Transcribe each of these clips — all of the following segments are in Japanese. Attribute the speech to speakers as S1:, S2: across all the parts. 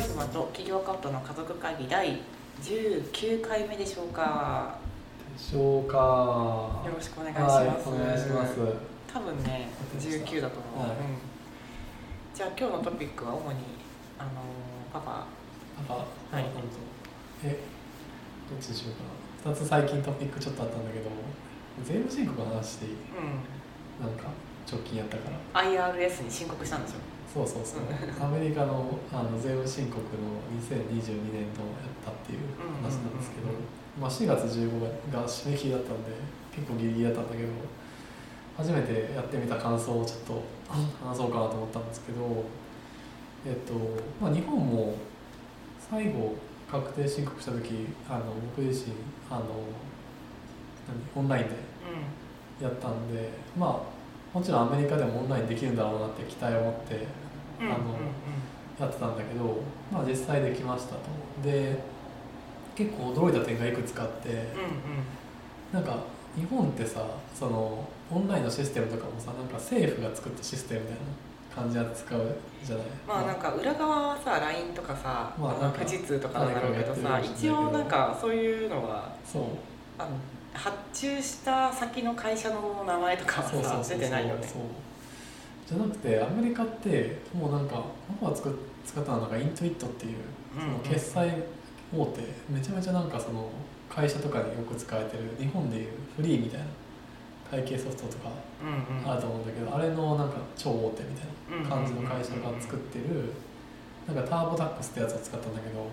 S1: 企業家との家族会議第19回目でしょうか
S2: しょうか。
S1: よろ
S2: し
S1: しくお願いし
S2: はい
S1: ます、
S2: お願いします。は
S1: 多分ね19だと思う、
S2: はい
S1: うんじゃあ今日のトピックは主にあのパパはい
S2: 本当え、どっちにしようかな。二つ最近トピックちょっとあったんだけど、税務申告の話してい
S1: う
S2: い？
S1: ん
S2: なんか直近やったから。
S1: IRS に申告したんでしょ
S2: そうそうそう。アメリカのあの税務申告の2022年度やったっていう話なんですけ
S1: うん
S2: ど
S1: うんうん、
S2: まあ4月15日が締め切りだったんで、結構ギリギリだったんだけど、初めてやってみた感想をちょっと話そうかなと思ったんですけど、えっとまあ、日本も最後確定申告した時あの僕自身あの何オンラインで
S1: う
S2: やったんでまあもちろんアメリカでもオンラインできるんだろうなって期待を持って
S1: んうん
S2: あのやってたんだけど、まあ、実際できましたとで結構驚いた点がいくつかあって
S1: うんうん
S2: なんか日本ってさそのオンラインのシステムとかもさなんか政府が作ったシステムみたいな感じで使うじゃない
S1: まあなんか裏側はさ LINE とかさ、
S2: まあ
S1: あ
S2: な
S1: の
S2: んか
S1: 富士通とかなんだろうけどさ
S2: 誰かがやってるかもし
S1: 一
S2: れないけど
S1: 応なんかそういうのは
S2: そう
S1: あの発注した先の会社の名前とかは
S2: そうそう
S1: さ
S2: そう
S1: 出てないよね
S2: そうじゃなくてアメリカってもうなんか僕が使っ使ったのはなんかイントイットっていう
S1: うん
S2: そ
S1: うん
S2: の決済大手めちゃめちゃなんかその会社とかによく使えてる日本でいうフリーみたいな会計ソフトとか
S1: うんうん
S2: あると思うんだけどあれのなんか超大手みたいな
S1: うんうん
S2: 感じの会社が作ってるなんかターボタックスってやつを使ったんだけど
S1: うんうん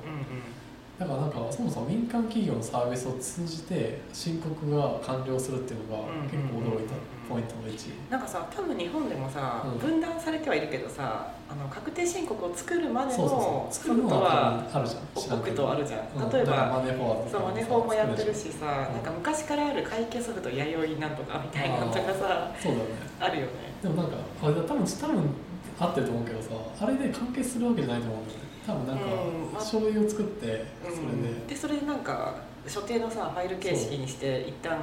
S2: だからなんかそもそも民間企業のサービスを通じて申告が完了するっていうの
S1: うん
S2: が
S1: うんうん
S2: 結構驚いたポイントの1
S1: なんかさ多分日本でもさ、
S2: うん
S1: 分断されてはいるけどさあの確定申告を作るまで
S2: そう
S1: の
S2: そうそう
S1: 作るとは
S2: あるじゃん知らん
S1: 置
S2: け
S1: く
S2: ど
S1: とあるじゃん、
S2: うん
S1: 例え
S2: だから
S1: ば
S2: マネフォワード
S1: そ
S2: と
S1: う
S2: か
S1: マ
S2: さ
S1: ネフォーもやってる
S2: 作
S1: しさ
S2: うん
S1: なんか昔からある会計ソフト弥生なんとかみたいなのとかさ
S2: でしょそうだよね
S1: あるよね
S2: でもなんかあれ多分多分合ってると思うけどさあれで完結するわけじゃないと思うんだよね多分なんか
S1: うんまあ
S2: 書類を作ってそれで、
S1: うん、でそれでなんか所定のさファイル形式にして一旦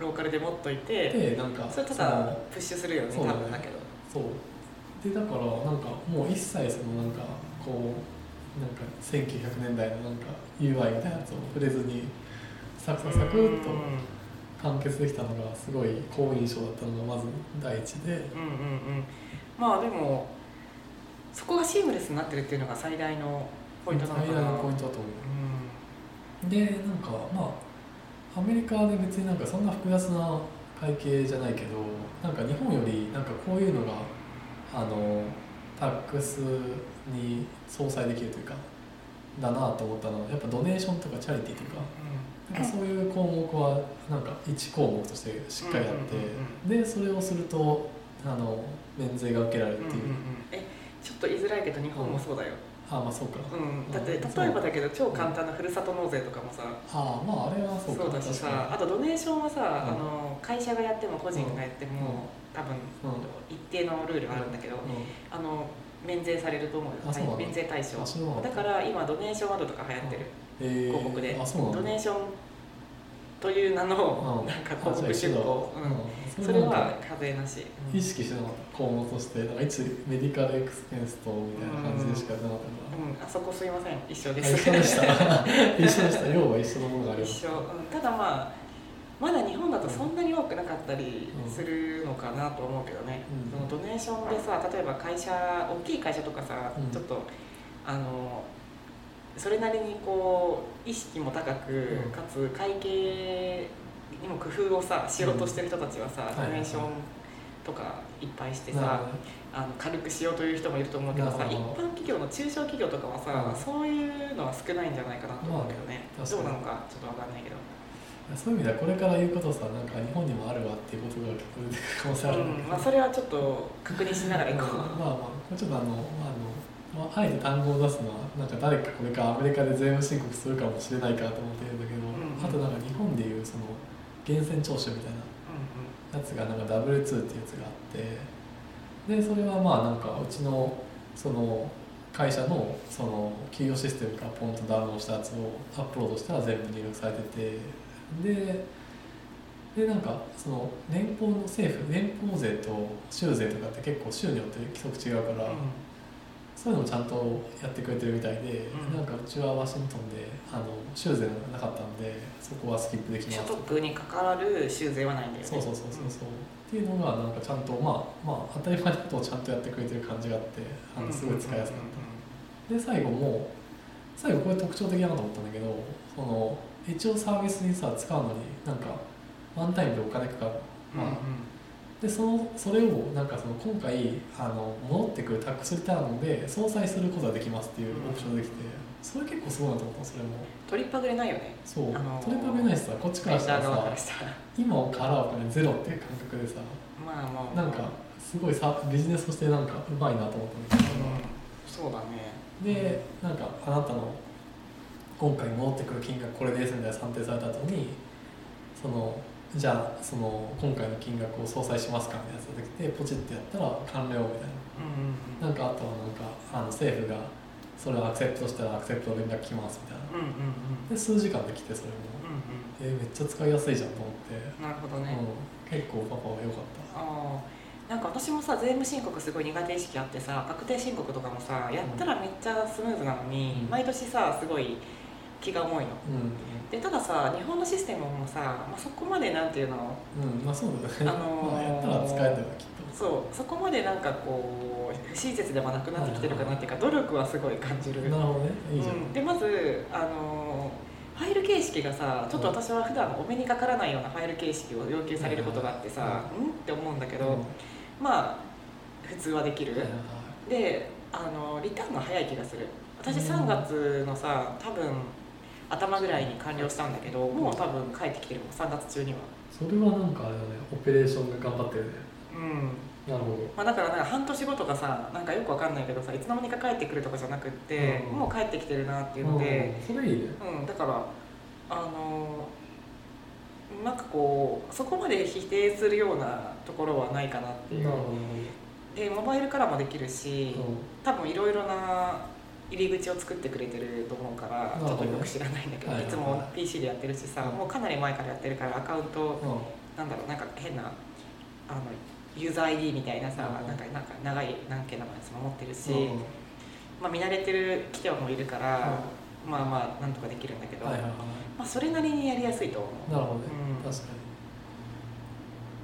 S1: ローカルで持っといて
S2: でなんか
S1: それた
S2: そ
S1: だ
S2: の
S1: プッシュするよね
S2: そ
S1: 多
S2: うだね
S1: 分だけど
S2: そうでだからなんかもう一切そのなんかこうなんか1900年代のなんか UI みたいなやつを触れずにサクサクサクっと
S1: うん
S2: 完結できたのがすごい好印象だったのがまず第一で
S1: うんうんうんまあでもそこがシームレスになってるっていうのが最大のポイントなのかな
S2: 最大のポイントだと思うでなんかまあアメリカで別になんかそんな複雑な会計じゃないけどなんか日本よりなんかこういうのがあのタックスに相殺できるというかだなと思ったのはやっぱドネーションとかチャリティーとかなんかそういう項目はなんか1項目としてしっかりあって、
S1: うんうん
S2: でそれをするとあの免税が受けられるっ
S1: うん
S2: て
S1: うん
S2: いう
S1: うん、うんえちょっと言いづらいけど日本もそうだよ、
S2: あまあそうか、
S1: う
S2: あ
S1: ん、だって例えばだけど超簡単なふるさと納税とかもさ
S2: あまああれは
S1: そ
S2: そ
S1: うう
S2: か
S1: だし
S2: 確
S1: さ
S2: か
S1: あとドネーションはさ、
S2: ん
S1: あの会社がやっても個人がやっても、
S2: うん
S1: 多分
S2: に、うん
S1: 一定のルールがあるんだけど、あの免税されると思うよ
S2: あそうなんだ
S1: 免税対象
S2: あそうなんだ
S1: だから今ドネーションワードとか流行ってる、
S2: えー
S1: 広告で
S2: あそうなんだ
S1: ドネーションという名の
S2: うん
S1: なんか
S2: あ
S1: 広告出稿、
S2: じゃあ一緒だ
S1: う
S2: うん
S1: ん、
S2: そ
S1: そ
S2: れ
S1: れ
S2: はなん
S1: は
S2: か
S1: 課税なし、
S2: 意識してなかった項目としてなんか一メディカルエクスペンスとみたいな感じでしかやってなかった
S1: うん、あそこすいません一緒で
S2: から、あ
S1: す
S2: 一緒でした一緒でした要は一緒のものがありま
S1: 一
S2: す
S1: 緒、うん、ただまあまだ日本だとそんなに多くなかったりするのかなと思うけどね、
S2: うん
S1: そのドネーションでさ例えば会社大きい会社とかさ、
S2: うん
S1: ちょっとあのそれなりにこう意識も高く、
S2: うん
S1: かつ会計にも工夫をさしようとしてる人たちはさ、
S2: ん
S1: ドネーションとかいっぱいしてさ、
S2: なるほど
S1: あの軽くしようという人もいると思うけどさ
S2: なる
S1: 一
S2: ほ
S1: 般企業の中小企業とかはさ、
S2: うん
S1: そういうのは少ないんじゃないかなと思うけどね、
S2: まあね確か
S1: ど
S2: に
S1: うなのかちょっとわかんないけど、
S2: そういう意味ではこれから言うことさなんか日本にもあるわっていうことが結構出てくる可能性ある
S1: うんまあ、それはちょっと確認しながらいこう、
S2: まあまあこれちょっとあの、まああのまあ、あえて単語を出すのはなんか誰かこれからアメリカで税務申告するかもしれないかと思ってるんだけど、
S1: うん
S2: あとなんか日本でいうその源泉徴収みたいな
S1: う
S2: やつがなんか W2 っていうやつがあってでそれはまあなんかうちのその会社のその企業システムからポンとダウンロードしたやつをアップロードしたら全部入力されててででなんかその連邦の政府連邦税と州税とかって結構州によって規則違うから、
S1: んうんうん
S2: そういうのもちゃんとやってくれてるみたいで、
S1: うん
S2: なんかうちはワシントンであの修繕がなかったのでそこはスキップでき
S1: 所
S2: ます
S1: 得に関わる修繕はないんだよね
S2: そうそうそうそうそう、っていうのがなんかちゃんとまあまあ当たり前のことをちゃんとやってくれてる感じがあってあのすごい使いやすかった。で最後も最後これ特徴的だなと思ったんだけどその一応サービスにさ使うのになんかワンタイムでお金かかる、
S1: うんうんうん
S2: でそのそれをなんかその今回あの戻ってくるタックスリターンで相殺することができますっていうオプションができてそれ結構すごいなと思ったそれも
S1: 取りっぱぐれないよね
S2: そう、
S1: あのー
S2: トリプルベナイスさこっちからしたら
S1: メーター側か
S2: さ
S1: らしたら
S2: 今を払うお金ゼロっていう感覚でさ
S1: まあもう
S2: なんかすごいさビジネスとしてなんかうまいなと思ったんだけ
S1: う
S2: ど、
S1: んそうだね
S2: でなんかあなたの今回戻ってくる金額これですみたいな算定された後にそのじゃあその今回の金額を相殺しますかみたいなやつができてポチってやったら完了みたい
S1: うん
S2: ななんかあとはなんかあの政府がそれをアクセプトしたらアクセプト連絡来ますみた
S1: うん
S2: いな
S1: うんうん
S2: で数時間で来てそれも
S1: うんうん
S2: えーめっちゃ使いやすいじゃんと思って、
S1: うんなるほどね、
S2: うん、結構パパは良かっ
S1: あーなんか私もさ税務申告すごい苦手意識あってさ確定申告とかもさやったらめっちゃスムーズなのに、
S2: うん
S1: 毎年さすごい気が重いの
S2: たうん
S1: でたださ日本のシステムもさ、まあ、そこまでなんていうの
S2: うんまあそうだね、
S1: あのー
S2: まあやったら使えたよきっと
S1: そうそこまでなんかこう不親切でもなくなってきてるかなっていうか努力はすごい感じる
S2: なるほどねいいじゃん、
S1: うん、でまずあのファイル形式がさちょっと私は普段お目にかからないようなファイル形式を要求されることがあってさ、うんって思うんだけど、
S2: うん
S1: まあ普通はできる、
S2: はいはい
S1: であのリターンが早い気がする私
S2: うん
S1: 3月のさ多分頭ぐらいに完了したんだけどもう多分帰ってきてるもん3月中には
S2: それはなんかあれだねオペレーションが頑張ってるね
S1: うん、
S2: なるほ
S1: まあ、だからなんか半年後とかさなんかよくわかんないけどさいつの間にか帰ってくるとかじゃなくって、
S2: うん
S1: もう帰ってきてるなっていう
S2: ど
S1: ので、
S2: うんそれいいね
S1: うんだからあのなんかこうそこまで否定するようなところはないかなっていうでモバイルからもできるし、多分いろいろな入り口を作ってくれてると思うから
S2: なる
S1: ち
S2: ほ
S1: ょ
S2: ど
S1: っとよく知らないんだけど、
S2: はい
S1: い
S2: はい
S1: つも PC でやってるしさ、
S2: うん
S1: もうかなり前からやってるからアカウント
S2: うん
S1: なんだろうなんか変なあのユーザー ID みたいなさ、
S2: うん
S1: なんかなんか長い何件のやつも持ってるし、
S2: うん
S1: まあ、見慣れてる人もいるから、まあまあなんとかできるんだけど、
S2: はいはいは
S1: まあ、それなりにやりやすいと思
S2: いなるほどね
S1: う、うん、
S2: 確かに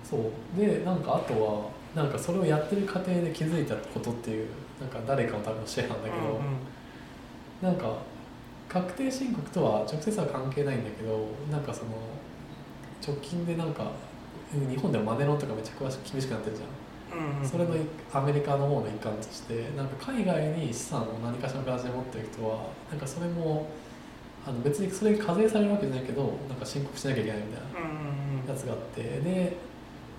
S2: そうでなんかあとはなんかそれをやってる過程で気づいたことっていうなんか誰かの多分シェアなんだけど、
S1: うんうん
S2: なんか確定申告とは直接は関係ないんだけどなんかその直近でなんか日本ではマネロンとかめっちゃ詳しく厳しくなってるじゃん
S1: うんうん
S2: それのアメリカの方の一環としてなんか海外に資産を何かしらの形で持ってる人はなんかそれもあの別にそれが課税されるわけじゃないけどなんか申告しなきゃいけないみたい
S1: うんうん
S2: なやつがあってで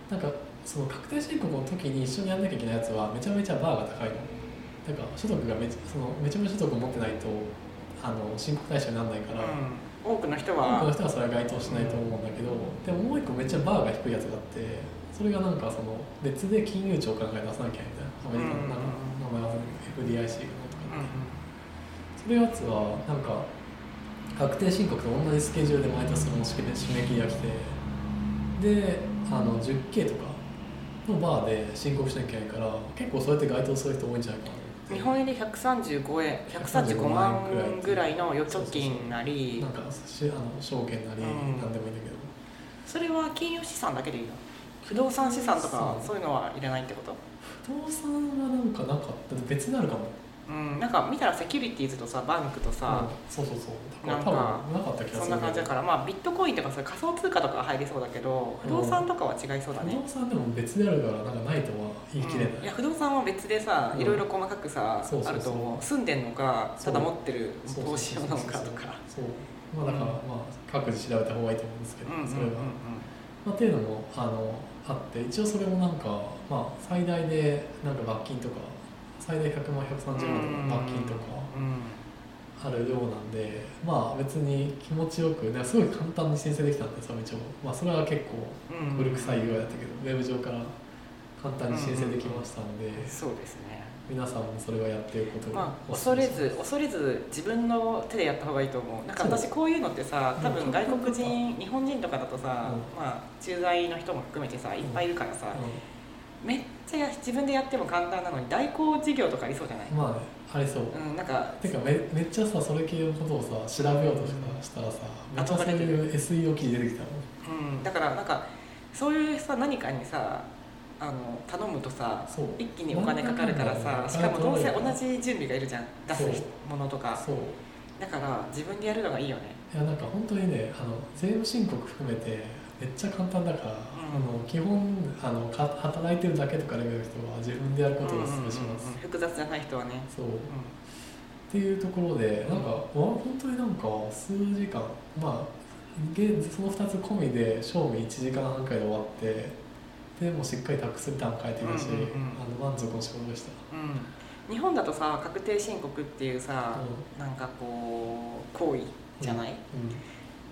S2: なんかその確定申告の時に一緒にやんなきゃいけないやつはめちゃめちゃバーが高いのなんか所得がめちゃそのめちゃめちゃ所得を持ってないとあの申告対象にならないから、
S1: うん、多くの人
S2: 多くの
S1: は
S2: 人はそれは該当しないと思うんだけどでももう一個めっちゃバーが低いやつがあってそれがなんかその別で金融庁からなんか出さなきゃみたいなアメリカのなんか名前は FDIC か
S1: うん
S2: なとかそれやつはなんか確定申告と同じスケジュールで毎年その締め締め切りが来てであの 10K とかのバーで申告しなきゃいけないから結構そうやって該当する人多いんじゃないかなと思って
S1: 日本円で135円135万円ぐらいの預貯金なり
S2: なんかしあの証券なり
S1: うん
S2: なんでもいいんだけど、
S1: それは金融資産だけでいいの不動産資産とか
S2: そう
S1: そういうのはいらないってこと
S2: 不動産はなんかなかった別になるかも
S1: うんなんか見たらセキュリティーズとさバンクとさ、
S2: うんそうそうそうだ
S1: な
S2: から
S1: んか
S2: 多分なかった気がする
S1: そんな感じだからまあビットコインとかさ仮想通貨とかは入りそうだけど不動産とかは違いそうだ
S2: 不
S1: ね
S2: 動、産でも別であるからなんかないとは言い切れない、
S1: うんや不動産は別でさ
S2: うん
S1: いろいろ細かくさ、
S2: そうそうそう
S1: あると思う住んでんのかただ持ってる
S2: そう
S1: 投資用なのかとか
S2: そうまあだから、
S1: うん
S2: まあ各自調べた方がいいと思うんですけど、
S1: うんうんうん
S2: それは、まあ、っていうのもあのあって一応それもなんか、まあ、最大でなんか罰金とか最大100万130万とか罰金とか
S1: うん
S2: あるようなんでまあ別に気持ちよく、ね、すごい簡単に申請できたんでそれ一応、まあ、それは結構
S1: うんうん
S2: 古臭い UI だったけど、ウェブ上から簡単に申請できましたので、
S1: そうですね
S2: 皆さんもそれはやっていることを
S1: まあ
S2: お
S1: 恐
S2: 勧め
S1: れ
S2: します
S1: ず恐れず自分の手でやった方がいいと思うなんか
S2: そう
S1: 私こういうのってさ多
S2: うん
S1: 分外国人日本人とかだとさ、
S2: うん
S1: まあ駐在の人も含めてさいっぱいいるからさ、
S2: うん
S1: めっちゃ自分でやっても簡単なのに代行事業とかありそうじゃない、
S2: まあねあれそう
S1: うん、なんか
S2: てかめめっちゃさそれ系のことをさ調べようとしたしたらさめっちゃそういう SEO 記事出てきたの
S1: うん、だからなんかそういうさ何かにさあの頼むとさ
S2: そう
S1: 一気にお金かかるから
S2: なんだ
S1: さ
S2: ろ
S1: しかもどうせ同
S2: お金取られる
S1: じ準備がいるじゃん出
S2: そう
S1: すものとか
S2: そう
S1: だから自分でやるのがいいよね
S2: いやなんか本当にねあの税務申告含めてめっちゃ簡単だから、あの基本あのか働いてるだけとかレベルの人は自分でやることをお勧めしま
S1: う
S2: す、
S1: んうんうん複雑じゃない人はね、
S2: そう
S1: うん
S2: っていうところでなんか、わ本当になんか数時間まあ現その2つ込みで賞味1時間半くらいで終わってでもうしっかりタックスリターン書いてるし、
S1: うんうんうん
S2: あの満足の仕事でした、
S1: うん、日本だとさ確定申告っていうさ
S2: うん、
S1: なんかこう行為じゃない、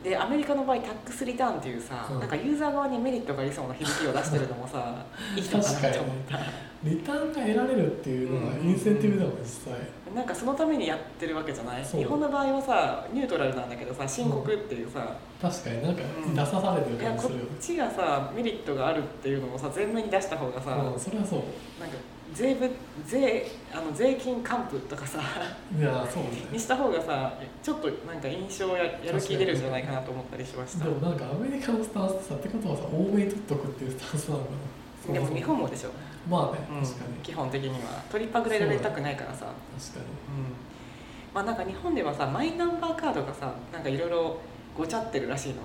S1: でアメリカの場合タックスリターンっていうさ、
S2: うん
S1: なんかユーザー側にメリットがありそうな響きを出してるのもさいいのかなって思った
S2: うん、リターンが得られるっていうのがインセンティブだもん実際、
S1: なんかそのためにやってるわけじゃない
S2: そう
S1: 日本の場合はさニュートラルなんだけどさ申告っていうさ、
S2: 確かになんか
S1: うん
S2: 出さされてる
S1: いや
S2: 感じ
S1: こ
S2: するよね
S1: っちがさメリットがあるっていうのをさ前面に出した方がさ、
S2: うん、それはそう
S1: なんか税ぶ税あの税金還付とかさ
S2: いやそう
S1: に
S2: ね
S1: した方がさちょっとなんか印象ややる気出るんじゃないかなと思ったりしました
S2: でもなんかアメリカのスタンスってさってことはさ多めに取っとくっていうスタンスなのかな
S1: でも日本もでしょ、
S2: まあね、
S1: うん
S2: 確かに確か
S1: 基本的には取りっぱぐれられたくないからさ、
S2: に
S1: まあなんか日本ではさマイナンバーカードがさなんかいろいろごちゃってるらしいの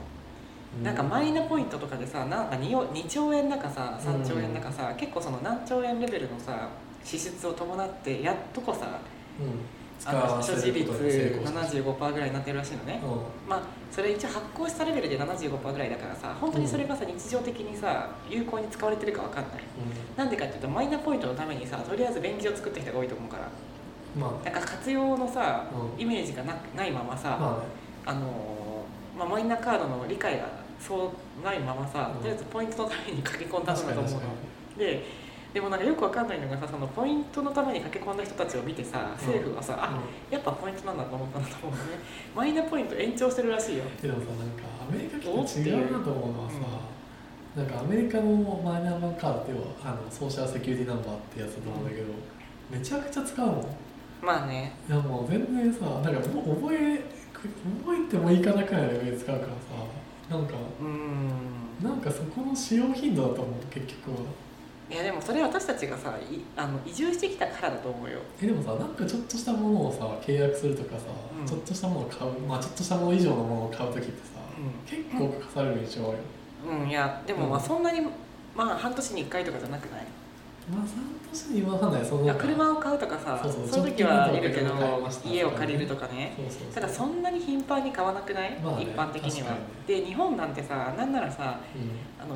S1: なんかマイナポイントとかでさなんか 2, 2兆円だかさ3兆円だかさ、結構その何兆円レベルのさ支出を伴ってやっとこさ
S2: うん使
S1: あの
S2: わせ
S1: 所持
S2: る
S1: 率
S2: ことに成功した
S1: 75%ぐらいになってるらしいのね、
S2: うん
S1: まあそれ一応発行したレベルで75%ぐらいだからさ本当にそれがさ日常的にさ有効に使われてるかわかんないなんでかっていうとマイナポイントのためにさとりあえず便宜を作った人が多いと思うから
S2: うんまあ
S1: な
S2: ね
S1: んか活用のさ
S2: うん
S1: イメージがなないままさ、
S2: ま
S1: あのーまあ、マイナカードの理解がそうないままさ、
S2: うん
S1: とりあえずポイントのために書き込んだ
S2: あね
S1: ん
S2: 確
S1: だ
S2: か
S1: と思う
S2: に確
S1: の
S2: か
S1: ででもなんかよくわかんないのがさそのポイントのために書き込んだ人たちを見てさ
S2: うん
S1: 政府はさ、あ
S2: に
S1: やっぱポイントなんだと思ったんだと思うねマイナポイント延長してるらしいよ
S2: うんでもさなんかアメリカ来て違うなと思うのはさなんかアメリカのマイナンバーカードって要はあのソーシャルセキュリティナンバーってやつだと思うんだけどめちゃくちゃ使うもん
S1: まあね
S2: いやもう全然さなんかもう覚え覚えてもいかなくないレベルで使うからさなんか
S1: うーん
S2: なんかそこの使用頻度だと思う結局はい
S1: やでもそれは私たちがさいあの移住してきたからだと思うよ
S2: えでもさなんかちょっとしたものをさ契約するとかさ、
S1: うん
S2: ちょっとしたものを買うまあちょっとしたもの以上のものを買う時ってさ、結構かされる印象あるよ、
S1: うん、うん、いやでもまあそんなに、まあ半年に1回とかじゃなくない
S2: まあ3年にわかんないその
S1: いや車を買うとかさ
S2: そ
S1: そうう
S2: そう
S1: いう時はいるけど
S2: 直近だと車買いました
S1: 家を借りるとかね
S2: そうそうそう
S1: ただそんなに頻繁に買わなくない、
S2: まあね
S1: 一般的には
S2: 確
S1: で日本なんてさなんならさ
S2: う
S1: あの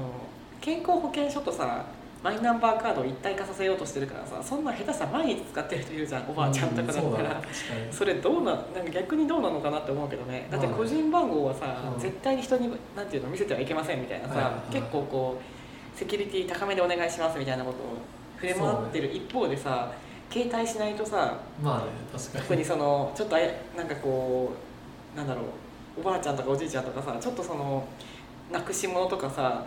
S1: 健康保険証とさマイナンバーカードを一体化させようとしてるからさそんな下手さ毎日使ってる人いるじゃんお
S2: ん
S1: ばあちゃんとかだったら、
S2: うそうだね
S1: そ
S2: 確かに
S1: れどうななんか逆にどうなのかなって思うけどねだって
S2: まあね
S1: 個人番号はさ、
S2: うん
S1: 絶対に人になんていうの見せてはいけませんみたいなさ、
S2: はいはいはい
S1: 結構こうセキュリティ高めでお願いしますみたいなことを触れ回ってる一方でさ、携帯しないとさ
S2: まあね確かに
S1: 特にそのちょっとあやなんかこうなんだろうおばあちゃんとかおじいちゃんとかさちょっとそのなくし物とかさ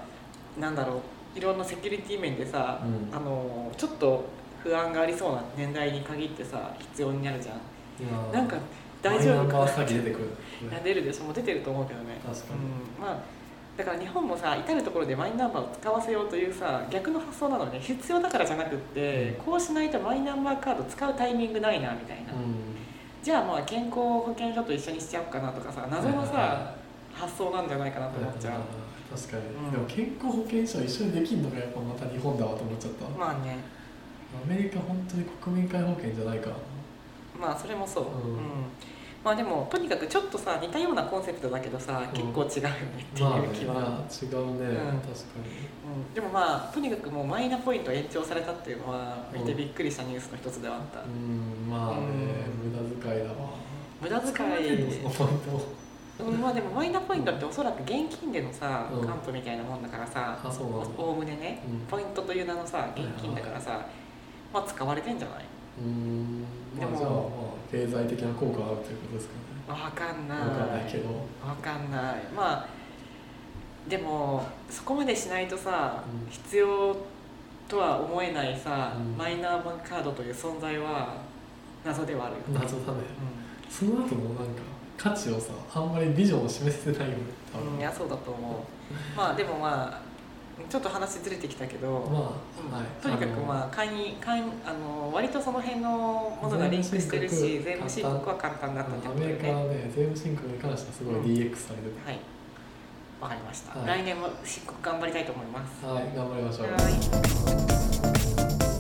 S1: なんだろういろんなセキュリティ面でさ、
S2: うん
S1: あのちょっと不安がありそうな年代に限ってさ必要になるじゃん、
S2: いや
S1: なんか大丈夫か
S2: マイナンバー詐欺出てくる、
S1: いや出るでしょもう出てると思うけどね
S2: 確かに
S1: うん、まあだから日本もさ至る所でマイナンバーを使わせようというさ逆の発想なのね必要だからじゃなくって、
S2: うん
S1: こうしないとマイナンバーカード使うタイミングないなみたいな、じゃあまあ健康保険証と一緒にしちゃおうかなとかさ謎のさ発想なんじゃないかなと思っちゃう
S2: 確かに、
S1: うん
S2: でも健康保険証一緒にできるのがやっぱまた日本だわと思っちゃった、
S1: まあね
S2: アメリカ本当に国民皆保険じゃないからな
S1: まあそれもそう、
S2: う
S1: うんんまあでもとにかくちょっとさ似たようなコンセプトだけどさ
S2: うん
S1: 結構違うよねって
S2: まあ
S1: い
S2: ね
S1: う気は、
S2: 違う
S1: うん
S2: ね、確か
S1: うん、でもまあとにかくもうマイナポイント延長されたっていうのは見てびっくりしたニュースの一つではあった、
S2: にうんまあね、
S1: う
S2: 無駄遣いだわ
S1: 無駄遣い、
S2: そのポイント
S1: うん、まあでもマイナポイントっておそらく現金でのさ
S2: うん
S1: 還付みたいなもんだからさ
S2: あそうな
S1: お
S2: んだ
S1: おおむねね
S2: うん
S1: ポイントという名のさ現金だからさまあ使われてんじゃない
S2: うんまあ
S1: でも
S2: じゃあ、まあ、経済的な効果があるということですかね
S1: わかんない
S2: わかんないけど、
S1: わかんないまあでもそこまでしないとさ、
S2: うん
S1: 必要とは思えないさ、
S2: うん
S1: マイナーバンカードという存在は謎ではあるよね、
S2: 謎だね
S1: う
S2: その後もなんか価値をさあんまりビジョンを示せてないよね多
S1: んうん、
S2: 分
S1: いやそうだと思うまあでもまあちょっと話ずれてきたけど、
S2: ま
S1: うん
S2: あ、はい、
S1: とにか
S2: あ
S1: く
S2: の
S1: まあ会員会員あの割とその辺のものがリンクしてるし
S2: 税
S1: 税務
S2: 務申
S1: 申
S2: 告
S1: 告は簡単だったって
S2: ア
S1: こと
S2: メ
S1: で
S2: リカ
S1: ね
S2: はね税務申告に関してはすごい DX されて
S1: はいわかりました、
S2: はい
S1: 来年も申告頑張りたいと思います
S2: る、はい頑張りましょう、
S1: はい